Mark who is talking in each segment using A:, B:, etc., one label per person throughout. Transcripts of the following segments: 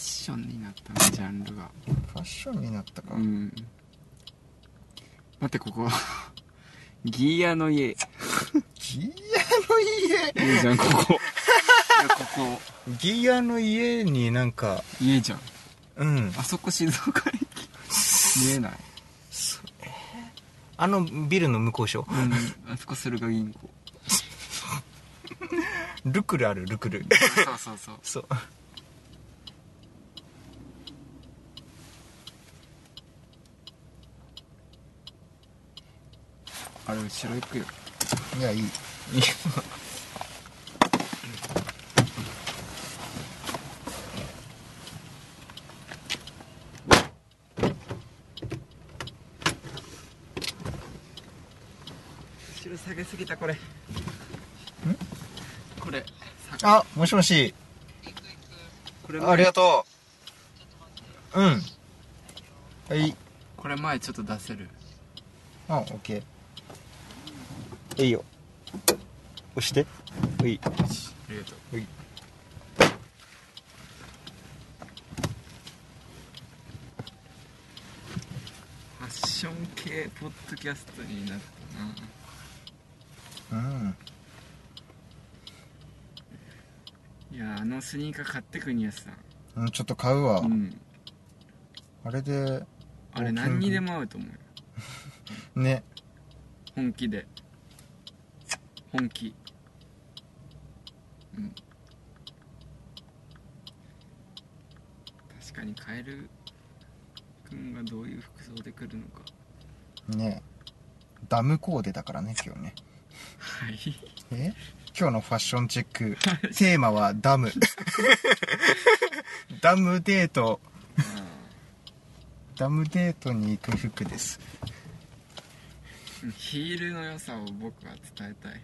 A: なったねジャンルが
B: ファッションになったか、
A: うん待ってここ ギーヤの家いい
B: ギアの
A: じゃんここいやここ
B: 家ギアの家になんか
A: 家じゃん
B: うん
A: あそこ静岡駅見えない、
B: あのビルの向こうでしょ
A: うん、あそこ駿河銀行
B: ルクルあるル クル
A: そうそうそう
B: そう
A: あれ後ろ行くよ
B: いやいい
A: 後ろ下げすぎたこれんこれ
B: あもしもし
A: これ前
B: ありがとううんはい
A: これ前ちょっと出せる
B: あオッケーいいよ押して
A: あ
B: はい
A: りがとうファッション系ポッドキャストになったな
B: うん
A: いやあのスニーカー買ってくにやさ
B: うんちょっと買うわ、
A: んうん
B: あれで
A: あれ何にでも合うと思うよ
B: ね
A: 本気で本気うん確かにカエルくんがどういう服装で来るのか
B: ねダムコーデだからね今日ね
A: はい
B: え今日のファッションチェックテーマは ダムダムデート
A: あ
B: ダムデートに行く服です
A: ーヒールの良さを僕は伝えたい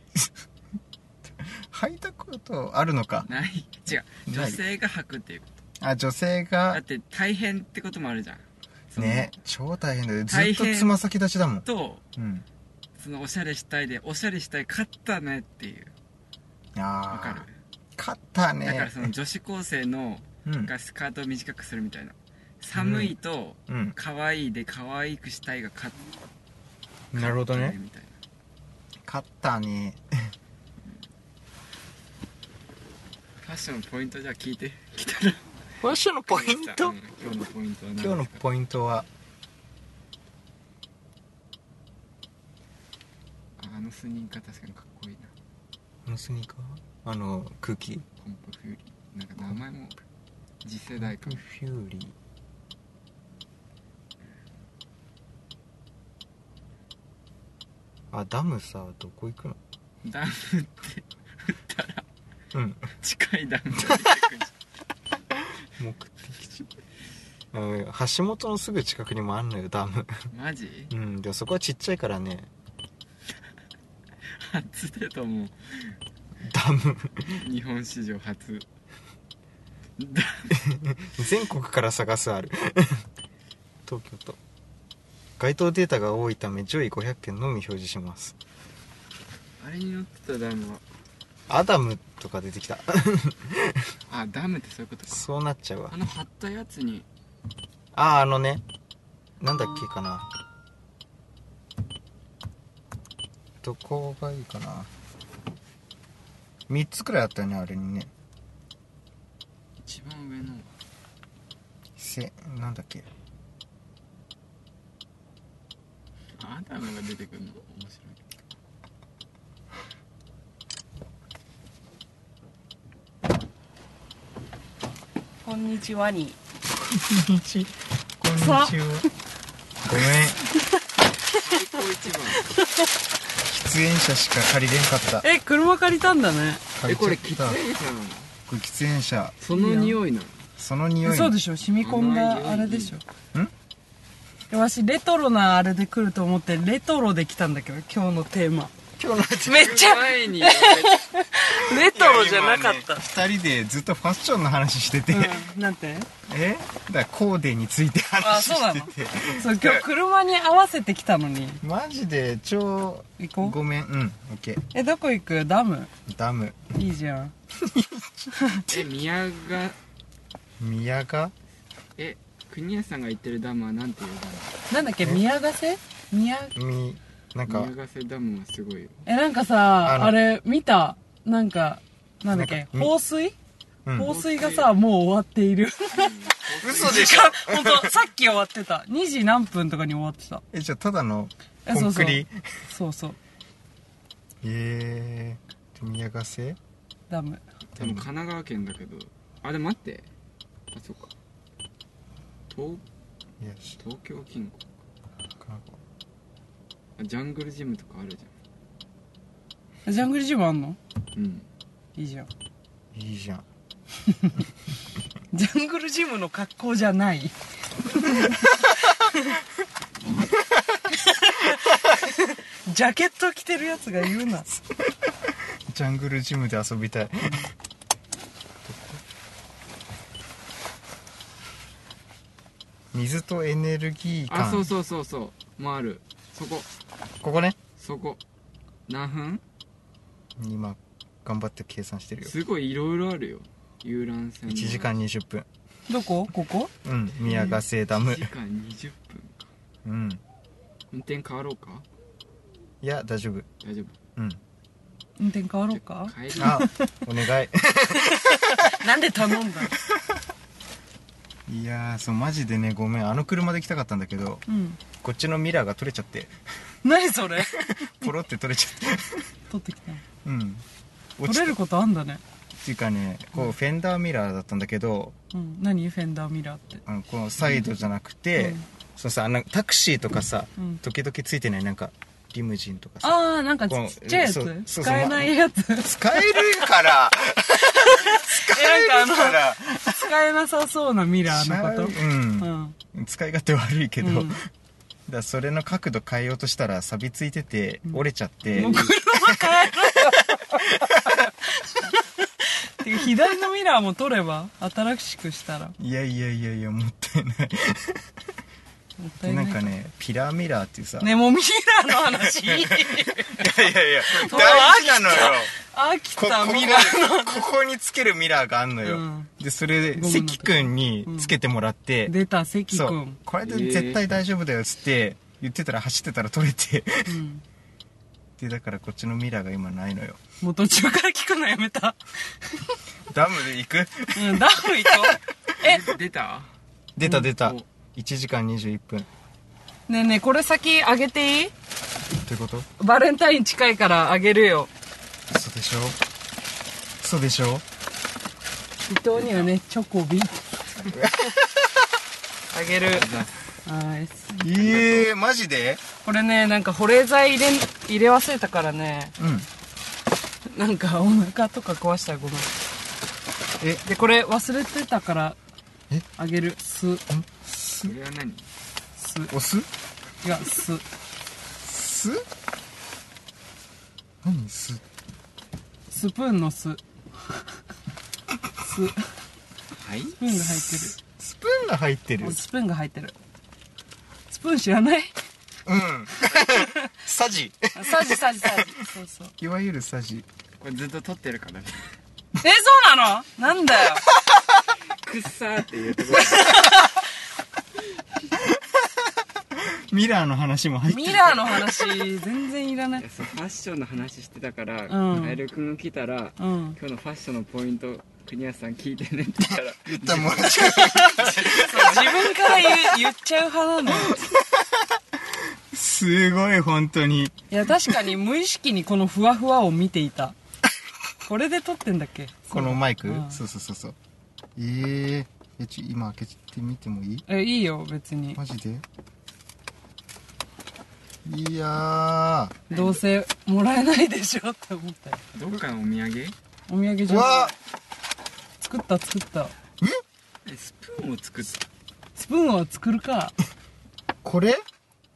B: 履いたことあるのか
A: ない違う
B: な
A: 女
B: い
A: 性が履くっていうこ
B: あ女性
A: とだ
B: が
A: って大変ってこともあるじゃんその
B: ね超大変だよず
A: 大
B: っ
A: 変
B: とつま先立ちだもん
A: と
B: うん
A: そのおしゃれしたいでおしゃれしたい勝ったねっていうわ
B: あ
A: か
B: あ
A: る
B: 勝っ
A: だか
B: た
A: ら
B: ね
A: その女子高生の
B: うん
A: がスカートを短くするみたいな寒いと
B: うん
A: 可愛いで可愛くしたいが勝った
B: なるほどね
A: みたいな
B: 勝ったね
A: ファッションのポイントじゃあ聞いてきたら
B: ファッションのポ
A: うん今日のポイントは何です
B: 今日
A: かあのスニー
B: のポイントは
A: カー確かにかっこいいな
B: このスニーカーあの空気
A: コンプフューリーなんか名前も次世代か
B: フ
A: も
B: ューリーあダムさどこ行くの
A: ダムって打ったら
B: うん
A: 近いダムが出てくる
B: 目的地うん橋本のすぐ近くにもあんのよダム
A: マジ
B: うんでもそこはちっちゃいからね
A: 初だと思う
B: ダム
A: 日本史上初ダ
B: 全国から探すあ る東京都該当データが多いため上位500件のみ表示します
A: あれに乗ってたダムは
B: アダムとか出てきた
A: あダムってそういうことか
B: そうなっちゃうわ
A: あの貼ったやつに
B: あああのねなんだっけかなどこがいいかな3つくらいあったよねあれにね
A: 一番上の
B: せなんだっけ
A: アダムが出てくるの面白い
C: こんにちはに。
B: こんにちこんにちはごめん
A: 最高一番
B: 喫煙者しか借りれんかった
C: え、車借りたんだね。
A: え
B: 借りち
A: こ
B: ゃ
A: れ
B: っ
A: きついじ
B: た
A: ゃん
B: これ喫煙者
A: その匂いなの
B: その匂い
C: そうでしょ染み込
A: 甘
C: ん
A: い
C: だ
A: よ
C: あれでしょ。
B: ん
C: えわしレトロなあれで来ると思ってレトロで来たんだけど今日のテーマ
B: 今日の
C: めっちゃ
A: 前に
C: レトロじゃなかった、
B: 2人でずっとファッションの話してて、
C: うんなんて
B: えだからコーデについて話してて
C: そう今日車に合わせて来たのに
B: マジで超
C: 行こう
B: ごめんうんオッケー
C: えどこ行くダム
B: ダム
C: いいじゃん
A: え宮が
B: 宮が
A: え国安さんが言ってるダムはなんていうダム
C: なんだっけ宮ヶ瀬宮
B: みなんか
A: 宮ヶ瀬ダムはすごいよ
C: えなんかさ
B: あ
C: あ
B: の
C: れ見たなんかなんだっけ
B: なんかみ
C: 放水
B: うん
C: 放水がさもう終わっている
B: 嘘でしょ
C: 本当さっき終わってた2時何分とかに終わってた
B: えじゃあただの
C: え
B: コ
C: そう
B: ン
C: そ
B: ク
C: う
B: リ
C: そうそう
B: えー、宮ヶ瀬
C: ダム
A: 多分神奈川県だけどあでも待ってあそうか東
B: いやし
A: 東京近郊
B: か
A: あジャングルジムとかあるじ
C: ジャングルジムあんの
A: ゃんうん
C: いいじゃん
B: いいじゃん
C: ジャングルジムの格好じゃないジャケット着てるやつが言うな
B: ジャングルジムで遊びたい 水とエネルギー感
A: あそうそうそうそうもあるそこ
B: ここね
A: そこ何分
B: 今頑張って計算してるよ
A: すごいいろいろあるよ遊覧船
B: 1時間20分
C: どこここ
B: うん宮ヶ瀬ダ
A: 1
B: ム
A: 時間20分か
B: うん
A: 運転変わろうか
B: いや大丈夫
A: 大丈夫
B: うん
C: 運転変わろうか
A: 帰り
B: あお願い
C: なんで頼んだ
B: いやーそうマジでねごめんあの車で来たかったんだけど
C: うん
B: こっちのミラーが取れちゃって
C: 何それ
B: ポロって取れちゃって
C: 取ってきたの
B: うん落
C: 取
B: ちた
C: れ
B: っ
C: ることあんだね
B: ていうかねこうフェンダーミラーだったんだけど
C: うん何フェンダーミラーって
B: あのこのサイドじゃなくて、
C: うん
B: そうさあのタクシーとかさ、
C: うん
B: 時々ついてないなんかリムジンとかさ
C: ああなんかちっちゃいや
B: この
C: つ
B: そうそう
C: 使えないやつえ
B: 使えるから 使
C: なんかあの
B: ら
C: 使えなさそうなミラーのこ
B: しゃうん
C: とうん
B: 使い勝手悪いけど、
C: うん
B: だからそれの角度変えようとしたら錆びついてて折れちゃって、
C: もう車変えろよてか左のミラーも取れば新しくしたらも
B: いやいやいやいやもったいない
C: った
B: で
C: い
B: な
C: ない
B: んかねピラーミラーっていうさ、
C: ねもうミラーの 話
B: い
C: いい
B: やいやいや
C: そう
B: なのよ
C: 飽き
B: ここ
C: た
B: こ
C: ミラー
B: ここにつけるミラーがあんのよ、
C: うん
B: でそれ
C: ゴムの
B: で関君につけてもらって、
C: 出た関
B: そ
C: 君
B: うこれで絶対大丈夫だよっつって言ってたら走ってたら取れて
C: うん
B: でだからこっちのミラーが今ないのよ
C: もう途中から聞くのやめた、
B: ダムで行く
C: うん、ダフ行こうえ
A: 出た
B: 出た出た、
A: うん
B: 1時間21分っ
C: ねえねえこれ先あげていい
B: てこと
C: バレンタイン近いからあげるよ
B: 嘘でしょ嘘でしょ
C: 伊藤にはねチョコビ あげる
A: ザ
C: はい
B: ええマジで
C: これねなんか保冷剤入れん入れ忘れたからね
B: うん
C: なんかお腹とか壊したらごめん
B: え
C: でこれ忘れてたから
B: え
C: あげるす
A: これは何
C: す
B: お酢
C: いやす
B: 酢何酢
C: スプーンのす すス
A: はい
C: プーンが入って
B: スプーンが入ってる
C: るスプーンが入ってるスプーン知らない
B: うん サジ
C: あサジサジサジそうそう
B: いわゆるサジ
A: これずっと撮ってるからね
C: えそうなのなん だよ
A: くっさーっていうところ
B: ミラーの話も入って
C: ミ
B: る
C: ラーの話全然いらない
A: いやそうファッションの話してたから、
C: うん
A: カエル君が来たら、
C: うん
A: 今日のファッションのポイント国安さん聞いてねって言ったら言っ
B: もう
C: そう自分から言う言っちゃう派なの
B: すごい本当に
C: いや確かに無意識にこのふわふわを見ていたこれで撮ってんだっけ
B: このマイク
C: うん
B: そうそうそうそうええちょ今開けてみてもいい
C: えいいよ別に
B: マジでいや
C: どうせもらえないでしょって思ったよ
A: どっかのお土産
C: お土産
B: ー
C: 上
B: うわ
C: 手作った作った
A: えスプーンを作っ
C: スプーンは作るか
B: これ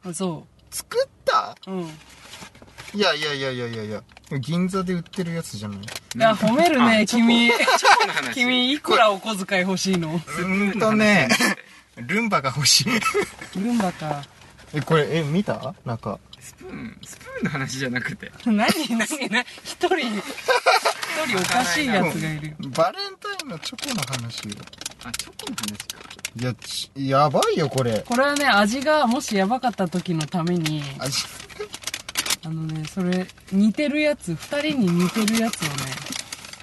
C: あそ
B: 作った
C: ううんい
B: いやいやいやいやいやいや銀座で売ってるやつじゃない
C: や褒めるね
A: あチョコ
C: 君
A: チョコの話
C: 君いくらお小遣い欲しいの
B: うーんとね ルンバが欲しい
C: ルンバか
B: えこれえ見たなんか
A: スプーンスプーンの話じゃなくて
C: 何何何一人一人おかしいやつがいるよ
B: バレンタインのチョコの話よ
A: あチョコの話か
B: いやちやばいよこ れ
C: これはね、味がもしやばかった時のために、
B: あし
C: あのね、それ、似てるやつ、二人に似てるやつをね、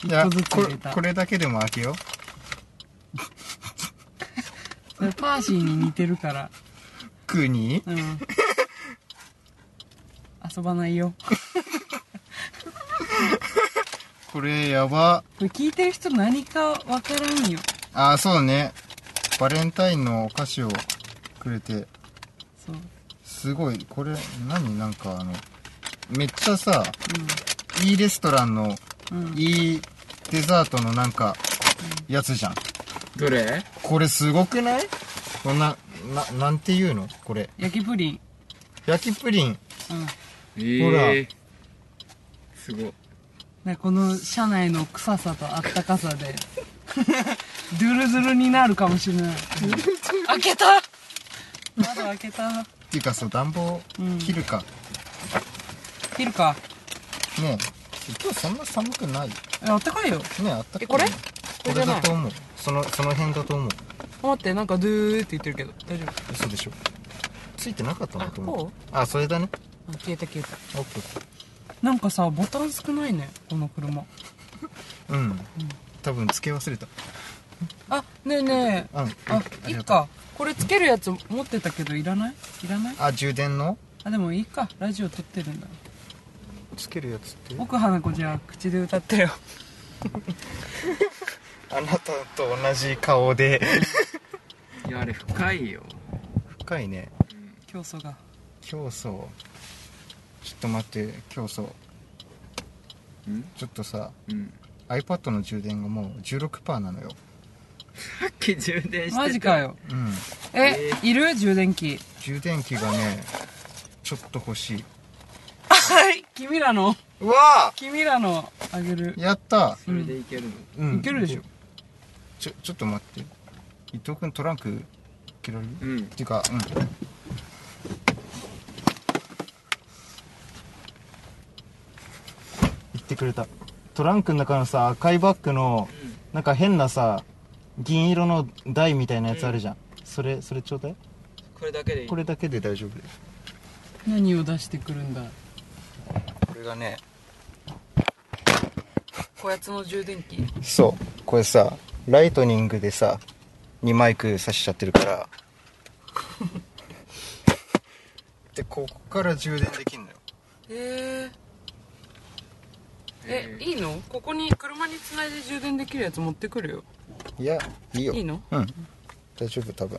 B: いや
C: 一個
B: こ
C: ずつ入
B: れ
C: れた。
B: これだけでも開けよう
C: それパーシーに似てるから。
B: クニ
C: うん。 遊ばないよ。こ
B: これやば
C: れ聞いてる人何かわからんよ。
B: あそうねバレンタインのお菓子をくれて
C: そう。
B: すごいこれ何なんかあのめっちゃさ、いいレストランの
C: うん。うん。
B: いいデザートのなんかやつじゃん
A: どれ
B: これすごくないこんなななんていうのこれ
C: 焼きプリン。
B: 焼きプリン
C: うん。
A: えー、
B: ほら
A: すごい
C: ね、この車内の臭さとあったかさ でドゥルドゥルになるかもしれない開けた窓開けた
B: っていうかそう暖房
C: うん
B: 切るか、
C: 切るか
B: ねえ今日そんな寒くないね
C: えあったかいよ
B: えあったかい
C: えこれ
B: ね
C: これ
B: こ
C: じ
B: れ
C: ゃな
B: だ
C: い
B: と思うそのその辺だと思う
C: 待ってなんかドゥーって言ってるけど大丈夫
B: 嘘でしょついてなかったな
C: あ
B: と思
C: こ
B: うあそれだね
C: あ消えた消えた
B: オッケー
C: なんかさボタン少ないねこの車
B: うん、多分付け忘れた
C: あねえねえ
B: うん
C: あい
B: り
C: い
B: がとう
C: かこれつけるやつ持ってたけどいらないいらない
B: あ充電の
C: あでもいいかラジオ撮ってるんだ
B: つけるやつって
C: 奥花子じゃあ口で歌ってよ
B: あなたと同じ顔で
A: いやあれ深いよ
B: 深いね
C: 競争が
B: 競争ちょっと待って競争
A: うん
B: ちょっとさ
A: うん
B: iPad の充電がもう16%なのよ
A: さっき充電してた
C: マジかよ
B: うん
C: え、いる充電器
B: 充電器がねちょっと欲しい
C: はい君らの
B: うわ
C: 君らのあげる
B: やった
A: それでいけるの、
B: うん
C: いけるでしょ
B: ちょちょっと待って伊藤君トランク開けられる、
A: う
B: っ
A: ん、
B: ていうかうん言ってくれたトランクの中のさ赤いバッグのなんか変なさ銀色の台みたいなやつあるじゃん、それそれちょうだい
A: これだけでいい
B: これだけで大丈夫です
C: 何を出してくるんだ
B: これがね
C: こやつの充電器
B: そうこれさライトニングでさにマイクさしちゃってるから でここから充電できんのよ
C: え
A: え
C: えいいのここに車につないで充電できるやつ持ってくるよ
B: いやいいよ
C: いいの
B: うん大丈夫多分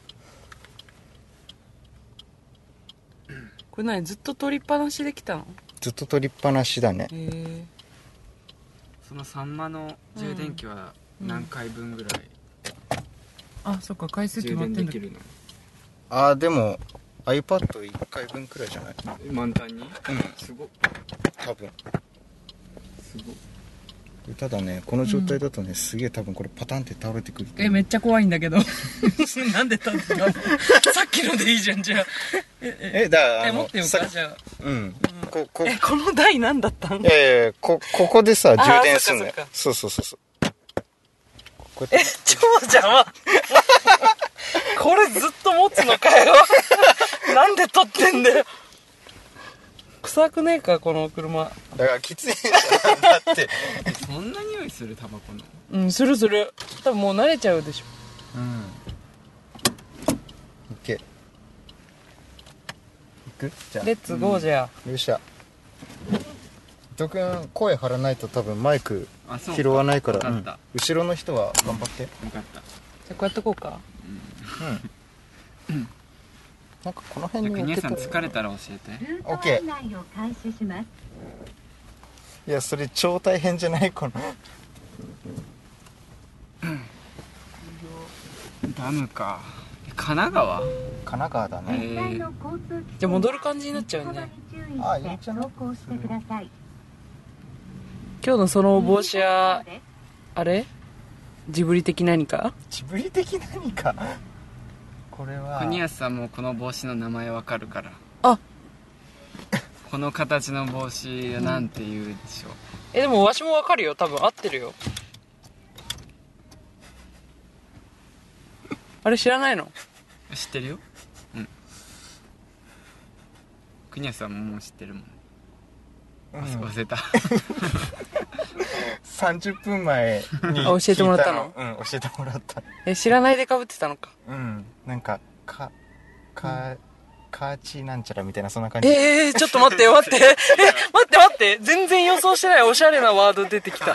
C: これ何ずっと取りっぱなしできたの
B: ずっと取りっぱなしだね
C: へえ
A: そのサンマの充電器は何回分ぐらい
C: あそっか回数決
A: 充
C: まっ
A: 電
C: て
A: で
C: んだ
A: きるの
B: あーでも iPad1 回分くらいじゃない
A: え満タンに
B: ん
A: すごっ
B: 多分
A: すごっ
B: ただねこの状態だとね、すげえ多分これパタンって倒れてくる
C: えめっちゃ怖いんだけどなんで立ってたのさっきのでいいじゃんじゃあ
B: えだから
C: え
B: あの
C: 持ってよう
B: さ
C: かじゃあ
B: うんここ
C: えこの台何だったん
B: いやいやいやこここでさ
C: ー
B: 充電すんのよ
C: そっか
B: そうそうそうそうこう
C: え
B: やっ、
C: 超邪魔。 これずっと持つのかよ。なんで撮ってんだよ。臭くねえか、この車。
B: てだからきついじゃんだって
A: えそんな匂いするタバコの
C: うん、するする。多分もう慣れちゃうでしょ。
B: うんいけいくじゃあ
C: レッツゴーじゃ。
B: よっしゃ伊藤君声張らないと多分マイク
A: あそう
B: 拾わないから
A: わかっ
B: うん
A: た
B: 後ろの人は頑張って、
A: よかった
C: じゃあこうやってこうか。
B: なんかこの
A: じ
B: 辺
A: ゃあ
B: に
A: 国
B: 置
A: 枝
B: け
A: さ
B: た
A: ん疲れたら教えて
D: ルート案内を開始します。
B: いやそれ超大変じゃないこの
A: ダムか神奈川
B: 神奈川だね、
D: 実際の交通規制
C: じゃあ戻る感じになっちゃう
D: に
C: ね。
D: 注意
B: あいいん
D: し
B: じ
D: て
B: ゃない
D: 走行してください。
C: 今日のその帽子
D: 右方向
C: は、
D: です
C: あれジブリ的何か
B: ジブリ的何かこれは
A: 国安さんもこの帽子の名前わかるから
C: あ
A: この形の帽子なんて言うでしょ
C: え、でもわしもわかるよ。多分合ってるよ。あれ知らないの
A: 知ってるようん国安さんももう知ってるもん、
B: う
A: あ
B: ん
A: 忘れた
B: 30分前に
C: あ教えてもらった
B: 聞
C: の
B: いうん教えてもらった
C: え知らないでかぶってたのか
B: うんなんかかか、カーチなんちゃらみたいなそんな感じ
C: ええちょっと待って待って え待って待って全然予想してないおしゃれなワード出てきた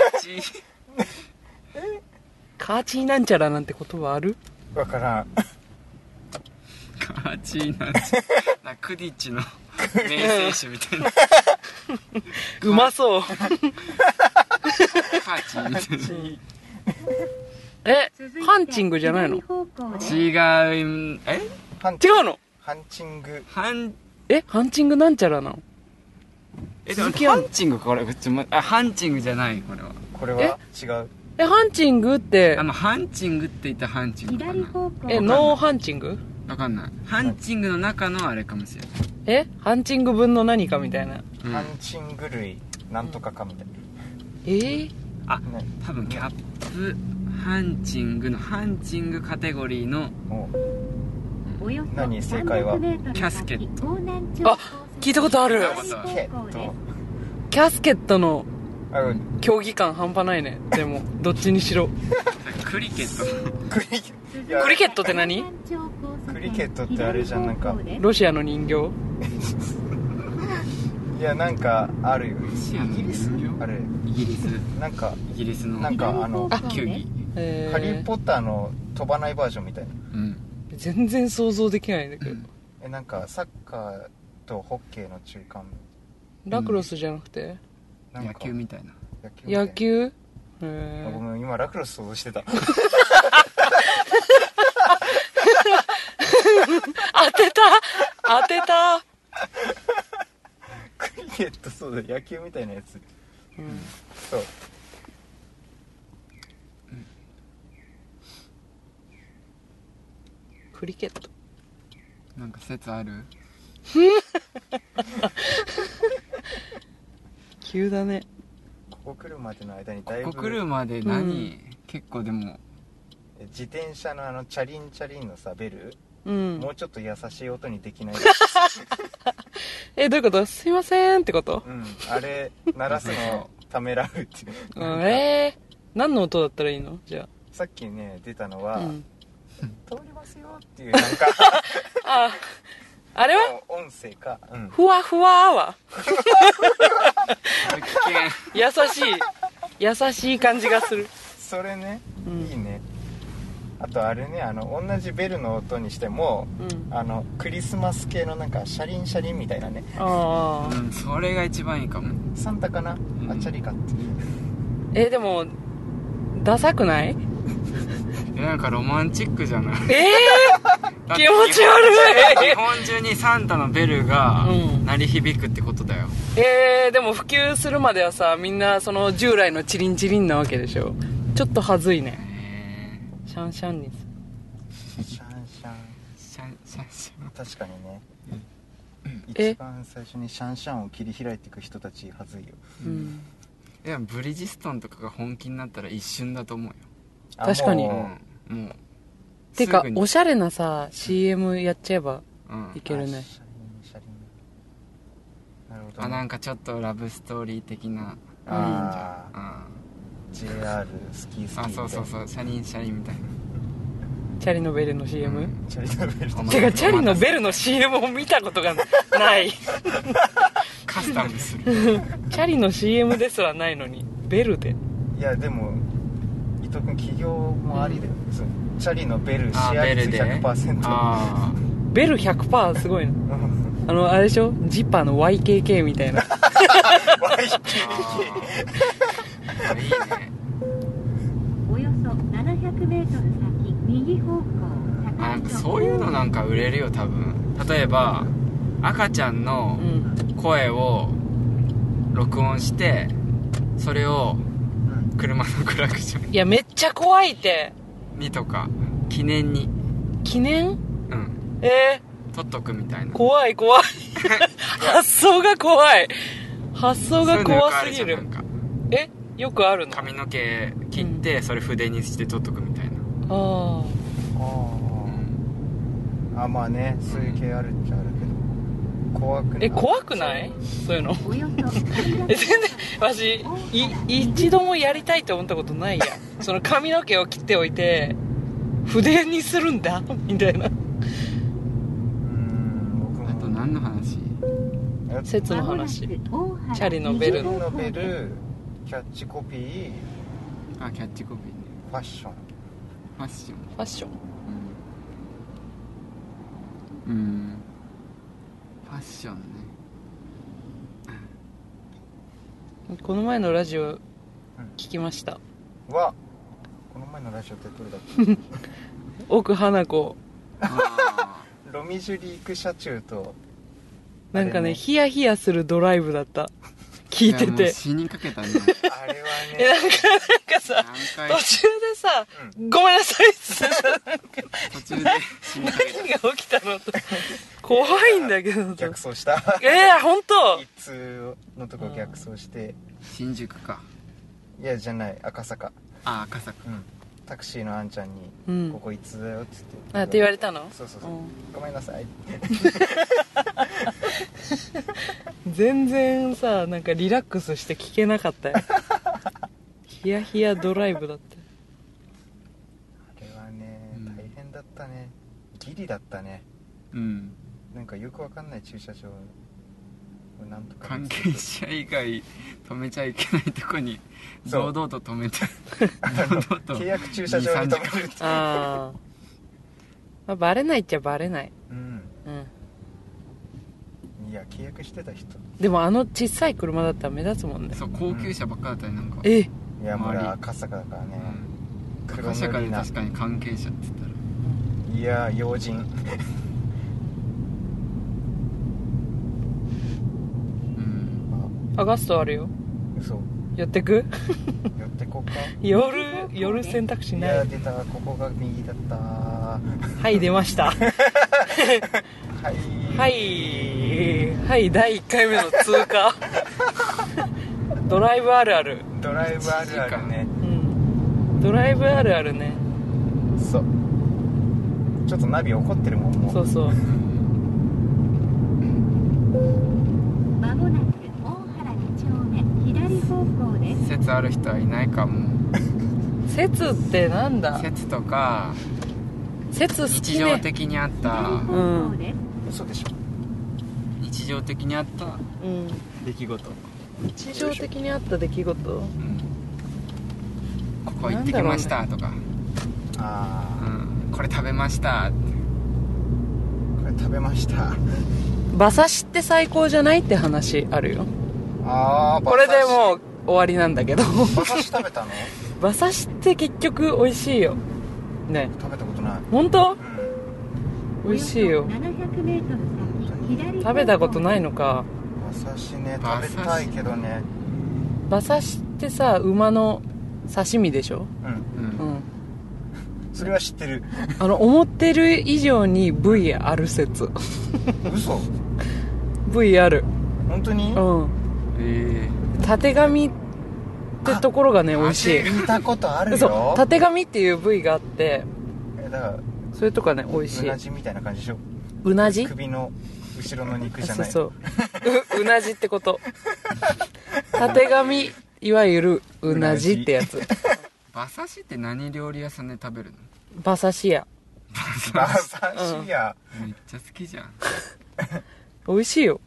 C: カーチーなんちゃらなんて言葉ある
B: わからん
A: カーチー なんてなんかクディッチの名選手みた いな
C: うまそう
A: カーチーみたいな
C: え
D: 続いて
C: ハンチングじゃないの
D: 左方向です
A: 違うんえ
B: ハン
C: 違うの
B: ハンチング
A: ハン
C: えハンチングなんちゃらなの
A: えでも
C: 続きあ
A: ハ
C: る
A: ンチングこれちょまあハンチングじゃないこれは
B: これは違う
C: えハンチングって
A: あのハンチングって言ったらハンチングか
D: 左
A: な
D: 方向
C: え
D: です
C: ノーハンチング
A: わかんないハンチングの中のあれかもしれ
C: えハンチング分の何かみたいな
A: な
B: ハ
A: い、うん
B: ン、チング類なんとかかみたい
C: えー、
A: あ
B: な、ね、
A: 多分キャップハンチングのハンチングカテゴリーの
B: もう
D: およそ
B: 何正解は
D: 300m 先
A: キャスケッ
D: 港南町
C: あ聞いたことある
D: 左方向
B: えっ
D: です
B: と
C: キャスケットの
B: あの
C: 競技感半端ないね でもどっちにしろ
A: クリケットの
B: クリケ
D: 続い
B: いや
D: て
C: クリケットって何
D: 港南町交差
B: ク
D: 点
B: リケットってあれじゃんなんか
D: 左方向です
C: ロシアの人形
B: いやなんかあるよ
A: シアの
B: イギリス
A: 人形
B: あれ
A: イギリス
B: なんか
A: イギリスの
B: なんかあの
D: 左方向です
A: 球技
B: 「
C: え
B: ハリー・ポッター」の飛ばないバージョンみたいな
A: うん
C: 全然想像できないんだけど
B: えなんかサッカーとホッケーの中間
C: ラクロスじゃなくて
B: なんか
A: 野球みたいな
B: 野球みたい
C: 野
B: な
C: 球へ
B: あご
C: え
B: めん今ラクロス想像してた
C: 当てた当てた、
B: クリケットそうだ野球みたいなやつ
C: うん
B: そう
C: クリケット
A: なんか説ある
C: 急だね
B: ここ来るまでの間にだいぶ
A: ここ来るまで何、結構でも
B: え自転車のあのチャリンチャリンのさベル、
C: うん
B: もうちょっと優しい音にでき ない
C: えどういうことすいませんってこと
B: うんあれ鳴らすのためらうっていう
C: う
B: なん
C: ん
B: か
C: えー、何の音だったらいいのじゃ
B: さっきね出たの
C: あ、
B: は、
C: うん、
B: 通りますよっていうなんか
C: ああれは
B: 音声か、うん、
C: ふわふわは
A: これ危険
C: 優しい優しい感じがする
B: それね、
C: うん
B: いいねあとあれねあの同じベルの音にしても
C: うん
B: あのクリスマス系のなんかシャリンシャリンみたいなね
C: ああ
A: うんそれが一番いいかも
B: サンタかな、
A: ん
B: あチャリかって
C: えでもダサくない
A: えなんかロマンチックじゃない
C: ええ
A: だって
C: 気持ち悪い
A: 日本中にサンタのベルが
C: うん
A: 鳴り響くってことだよ、
C: えー、でも普及するまではさみんなその従来のチリンチリンなわけでしょちょっとはずいね
A: え
C: シャンシャンに
B: シャンシャン
A: ー、シャンシャンシャン
B: 確かにね
C: え
B: 一番最初にシャンシャンを切り開いていく人たちはずいよ
C: うん
A: いやブリヂストンとかが本気になったら一瞬だと思うよ
B: あ
C: 確かに
B: もう
A: うんもう
C: てか
A: すぐに
C: おしゃれなさ CM やっちゃえば
A: うん
C: いけるね
B: あシャリンシャリンなるほど、
A: あなん
B: か
A: かちょっとラブストーリー的な
B: あ
A: うんあ
B: ー JR スキースキーみたいな
A: そうそうそうシャリンシャリンみたいな
C: チャリのベルの CM、
B: チャリのベルト
A: うん
C: てかチャリのベルの CM を見たことがないチ
A: カスタムする
C: ャリの CM ですらないのにベルで
B: いやでも伊藤君起業もありだよ、そうチャリのベルシ
A: あ
B: ェア
A: ベ
B: 率
A: ルで
B: 100%
A: あ
C: ベル100%すごいな あのあれでしょジッパーの YKK みたいな
A: ーあーいいね
D: およそ 700m 先右方向
A: あなんかそういうのなんか売れるよ多分例えば赤ちゃん
C: う
A: の
C: ん
A: 声を録音してそれを車のクラクション
C: いやめっちゃ怖いって
A: にとか記念に
C: 記念
A: うん
C: えー、
A: 撮っとくみたいな
C: 怖い 怖い発想が怖い発想が怖すぎ
A: そういうのよくあじゃんな
C: る
A: んか
C: えよくあるのあ
A: 髪の毛切ってそれ筆にして撮っとくみたいな
B: あ
C: あ
B: ーあまあねそういう系あるっちゃあるけど怖くない
C: え怖くないそういうの
D: およそ
C: え全然私い一度もやりたいと思ったことないやその髪の毛を切っておいて筆にするんだみたいな
B: うーん僕も
A: あと何の話
B: やっ
C: 説の話チャリのベル
B: ノベルキャッチコピー
A: あキャッチコピーね
B: ファッション
A: ファッション
C: ファッション
A: うんうんファッション ね
C: この前のラジオ聞きました
B: はこの前のラジオってどれだっ
C: 奥花子
A: あ
B: けロミジュリーク車中と
C: なんか
B: あれ
C: ね
B: ね
C: ヒヤヒヤするドライブだった
A: ー
C: 聞いて
A: やもう
C: て
A: 死にかけたね
B: あれは
C: えなんか
B: ね
C: なんかさ
A: 何回
C: 途中でさ「ごめんなさい」っつってさ
A: 途中で死にかけた
C: 何が起きた のと怖いんだけど
B: 逆走した
C: えー、本当
B: 一通のとこ逆走して
A: 新宿か
B: いやじゃない赤坂
A: あ赤坂
B: うんタクシーのあんちゃんに
C: う
B: 「こ
C: ん
B: こいつだよ」っつって
C: あって言われたの
B: そうそうそうごめんなさい
C: うん全然さなんかリラックスして聞けな かったよヒヤヒヤドライブだったよ
B: あれはね
A: うん
B: 大変だったねギリだったね
A: うん
B: なんかよくわかんない駐車場をなんとか
A: 関係者以外止めちゃいけないとこに
B: そう
A: 堂々と止めて堂々と
B: 契約駐車場に止めるって
C: あー、まあバレないっちゃバレない、
B: うん
C: うん、
B: いや契約してた人
C: でもあの小さい車だったら目立つもんね
A: そう高級車ばっかだったりなんか、
C: え
B: いやもう
A: 周り
B: 赤坂だからね
A: うん、
B: 黒
A: 赤坂
B: 塗
A: で
B: りな
A: 確かに関係者って言ったら
B: いや要人
A: うん
C: アガストあるよ
B: 嘘
C: 寄って く
B: 寄ってこっ か
C: 夜夜選択肢
B: い
C: な
B: や
C: い
B: 出たここが右だったは
C: はい出ました
B: い
C: はいはい第1回目の通 過ドライブあるある
B: ドライブあるあるね
C: うんドライブあるあるね
B: そうちょっとナビ怒ってるもんもう
C: そうそう
D: まもなく大原2丁目左方向です
A: 説ある人はいないかも
C: 説ってなんだ
A: 説とか
C: 説好
A: 日
C: き
A: 常
C: ね
A: 的にあった
D: 左方向です、
B: 嘘でしょ
A: 日常的にあった
C: うん
A: 出来事、
C: 日常的にあった出来事
A: うん、ここ行ってきましたとかう
B: あ
A: ん、これ食べましたって
B: あこれ食べました
C: 馬刺しって最高じゃないって話あるよ
B: ああ
C: これでもう終わりなんだけど
B: 馬刺し食べたの
C: 馬刺しって結局美味しいよね
B: 食べたことない
C: 本当
B: う
C: 美味しいよ
D: およそ 700m 先左方向です
C: 食べたことないのか
B: ん馬刺しね
A: 馬
B: 食べ
A: 刺した
B: いけどね
C: 馬刺しってさ馬の刺身でしょ
B: うん
A: うん
C: うん
B: それは知っ てる
C: あの思ってる以上に部位ある説
B: 嘘
C: 部位ある
B: 本当に
C: うん
A: え
C: たてがみってところがね美味しい
B: 見たことある
C: そう
B: よ
C: たてがみっていう部位があって
B: えだから
C: それとかね美味し
B: う
C: い
B: なじみたいな感じでしょ
C: うなじ
B: 首の後ろの肉じ
C: そ
B: ゃ
C: う
B: ないう
C: そううう なじってことたてがみいわゆるうなじってやつ
A: ー馬刺しって何料理屋さんで食べるの
C: 馬刺しや
B: 馬刺しや、
A: めっちゃ好きじゃん
C: 美味しいよ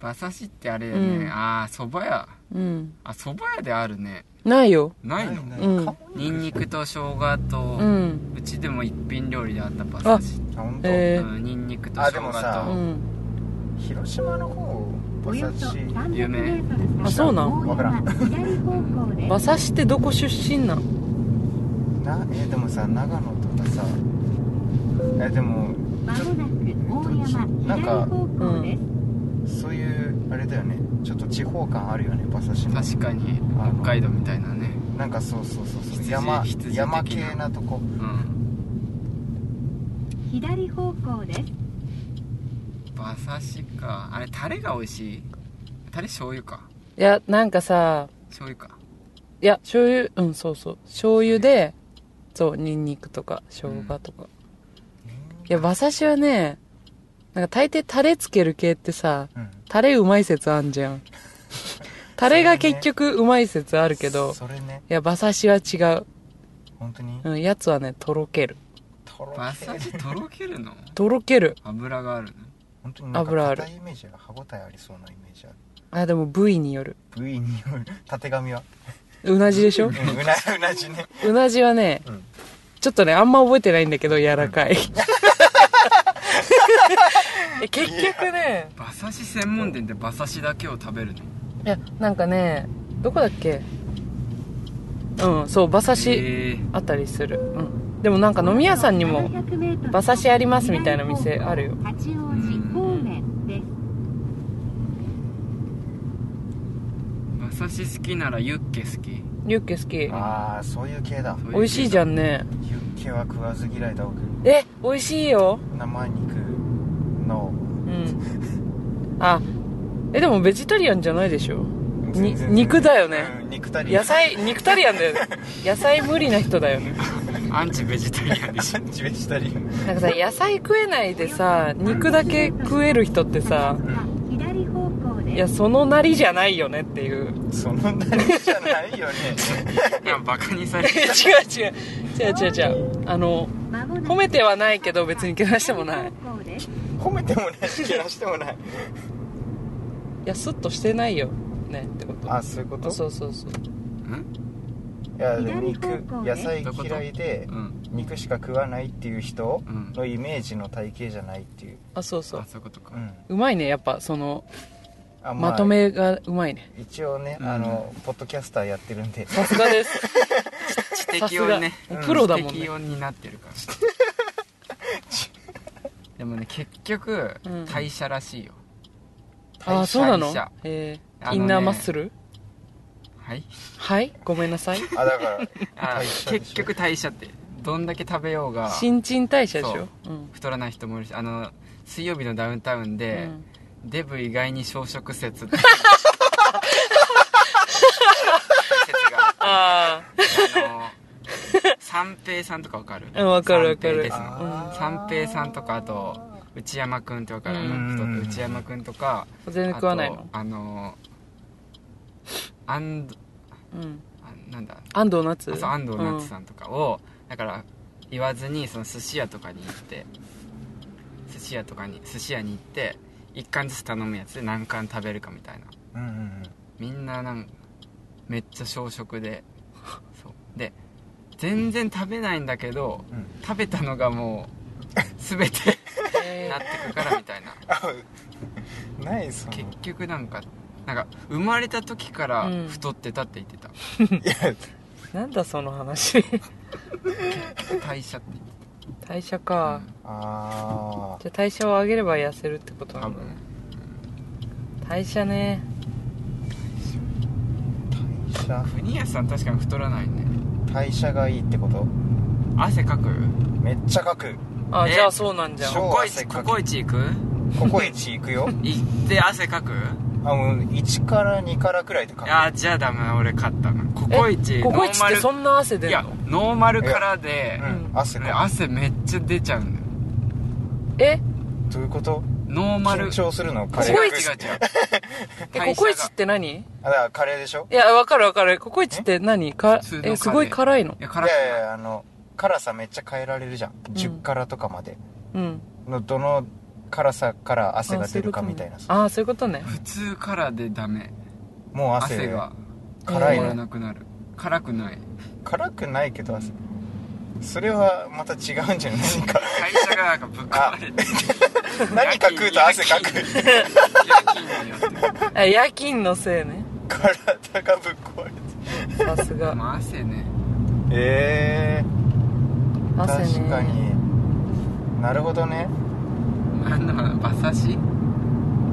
A: 馬刺しってあれや
C: う
A: ね、
C: ん
A: ああそば屋
C: うん
A: あそば屋であるね
C: ないよ
A: ないの
B: な
C: うん
B: か
A: ニンニクと生姜と、う
C: う
A: んちでも一品料理であった馬刺し、
B: あ本当、
C: え
A: うん、ニンニクと
B: あ
A: 生
B: でも
C: ー、
B: さ
C: う
A: 姜
C: ん
B: 広島の方
D: およ
B: 馬
D: そ
B: 刺し
D: 300m 先
C: あそうなん
D: 大原左方向です
C: 馬刺しってどこ出身なん
B: なえでもさ長野とかさえでも
D: まもなく大山左方向です
B: そういうあれだよねちょっと地方感あるよね馬刺し
A: と
B: の
A: 確かに
B: あの
A: 北海道みたいなね
B: なんかそうそうそうそう
A: 羊
B: 山
A: 羊的な
B: 山系なとこ
A: うん
D: 左方向です
A: 馬刺しかあれタレが美味しいタレ醤油か
C: いやなんかさ
A: 醤油か
C: いや醤油うんそうそう醤油でそうニンニクとか生姜とか、
B: ニン
C: や、馬刺しはね、なんか大抵タレつける系ってさ、
B: うん
C: タレうまい説あん じゃん。タレが結局うまい説あるけど、
B: それね
C: いや、馬刺しは違う。
B: 本当に
C: うん、やつはね、とろける。
B: とろ
A: 馬刺しとろけるの
C: とろける。
A: 油があるの
B: 本当になんか
C: 油ある
B: 硬いイメージが歯応えありそうなイメージある
C: あ、でも部位による。
B: 部位による縦紙は
C: うなじでしょ
B: うんうな うなじね
C: うなじはね、
B: うん
C: ちょっとね、あんま覚えてないんだけど、柔らかい。 え結局ね、
A: 馬刺し専門店で馬刺しだけを食べるの
C: いや、なんかね、どこだっけうん、そう、馬刺し
A: えー
C: あったりする。うん。でもなんか飲み屋さんにも、馬刺しありますみたいな店あるよ
D: 八王子方面です
A: 馬刺し好きならユッケ好き
C: ユッケ好き。
B: ああそういう系だ
C: 美味しいじゃ
A: ん
C: んね。
B: ユッケは食わず嫌いだおく
C: え、美味しいよ。
B: 生肉の
C: うん。あ、え、でもベジタリアンじゃないでしょに
B: 全然
C: 肉だよね
B: うん肉たり
C: 野菜、肉タリアンだよね。野菜無理な人だよね。
A: アンチベジタリアン でし
B: シ
A: ょ
B: ャンチベジタリアン
C: なんかさ野菜食えないでさ肉だけ食える人ってさ
D: 左方向です
C: いやそのなりじゃないよねっていう
B: そのなりじゃないよね
A: いやバカにされ
C: 違う
A: る
C: 違う違う違う違うあの
D: 褒
C: 褒めてはないけど別にけなしてもないい
B: 褒めてもないしけなしてもない
C: やスッとしてないよねってこと
B: あそういうこと
C: そうそうそうん
B: いやで
D: 左
B: 肉
D: 方向ね
B: 野菜嫌いで
A: うん
B: 肉しか食わないっていう人
A: うん
B: のイメージの体型じゃないっていう、
C: あそうそ
A: あ
C: う
A: そういうことか、
B: うん
C: うまいねやっぱその
B: あ
C: まとめがうまいね
B: 一応ね、
A: うん
B: あのポッドキャスターやってるんで
C: さすがです
A: 知
C: さ
A: 的
C: す
A: 音
C: が
A: ね
C: プロだもん
A: 知的
C: ね
A: 音になってるからでもね結局
C: うん
A: 代謝らしいよ、代謝
C: あそうなの
A: 代謝
C: え
A: あの
C: ー、
A: ね
C: インナーマッスル
A: はい
C: はいごめんなさい
B: あだから
A: あ
B: 代謝でしょ
A: 結局代謝ってどんだけ食べようが
C: 新陳代謝でし
A: そ
C: ょ
A: う
C: うん
A: 太らない人もいるしあの水曜日のダウンタウンで、デブ意外に小食説って説があ
C: あ
A: の三平さんとかわかる
C: うんわかるわか
A: 三平
C: る
A: ですね
B: あー
A: 三平さんとかあと内山くんってわかる、
C: うん
A: あの人って内山くんとか
C: あ全然食わないの
A: あとあのアンド
C: うん
A: あなんだ
C: 安藤夏
A: あそう安藤夏さんとかを、だから言わずにその寿司屋とかに行って寿司屋とかに寿司屋に行って一貫ずつ頼むやつで何貫食べるかみたいな
B: うんうんうん
A: みんななんめっちゃ小食でそうで全然食べないんだけど、
B: うん
A: 食べたのがも う全て
C: え
A: なってくからみたいな
B: あないそのい
A: 結局なんかなんか生まれた時から
C: うん
A: 太ってたって言ってた、
B: や
C: ーなんだその話
A: 代謝って言って
C: 代謝
A: た、
C: か、
B: あ
C: じゃあ代謝を上げれば痩せるってこと
A: うん
C: な
A: 多
C: んだね
A: 分
C: 代謝ね
B: ー代謝
A: 国安さん確かに太らないね
B: 代謝がいいってこと
A: 汗かく
B: めっちゃかく
C: あ
A: え
C: じゃあそうなんじゃん
B: しょ
A: ココイ
B: 汗
A: チ
B: か
A: コ
B: く
A: コイチ行く
B: ココイチ行 くよ
A: 行って汗かく
B: あもう1から2からくらいでかく
A: あーじゃあダメ俺勝ったなコ
C: え
A: コイチ
C: ココイチって
A: ノーマ
C: そんな汗
A: ル
C: 出
A: い
C: る
A: や
C: の
A: ノーマルからで、
B: うん
C: うん
B: 汗
A: ね
B: か
A: 汗めっちゃ出ちゃうんだよ
C: え
B: くどういうこと
A: ノーマル
B: 緊張するの
A: コ
B: カレー
A: コイ
C: ココイ
A: チ
C: チ
A: が違う
C: えココイチって何い
B: あだからカレーでしょ
C: やわかるわかるココイチって何か
A: 普通のカレー
C: えすごい辛いの
A: いや
B: い
A: 辛く
B: やい
A: ない
B: やあの辛さめっちゃ変えられるじゃん、10辛とかまで
C: うん
B: のどの辛さから汗が出るかみたいなさ
C: あそういうことね
A: 普通からでダメ
B: もう汗
A: 汗が
B: 辛い
A: 止ま
B: の
A: らなくなる辛くない
B: 辛くないけど汗それはまた違うんじゃない何 か
A: 会社がなんかぶっ壊れて
B: 何か食うと汗かく
A: 夜勤によって
C: あ夜勤のせいね
B: 体がぶっ壊れて
C: さすが
A: まあ汗ね
B: えー、
C: 汗ね
B: 確かになるほどね
A: あんなの馬刺し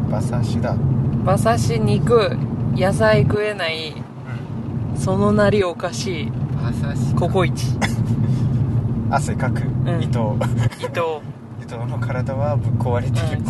B: 馬刺しだ
C: 馬刺し肉野菜食えないそのなりおかしい
A: 馬刺し
C: ココイチ
B: 汗かく、
C: ん
B: 糸
C: 伊藤
B: 糸の体はぶっ壊れてる、
C: うん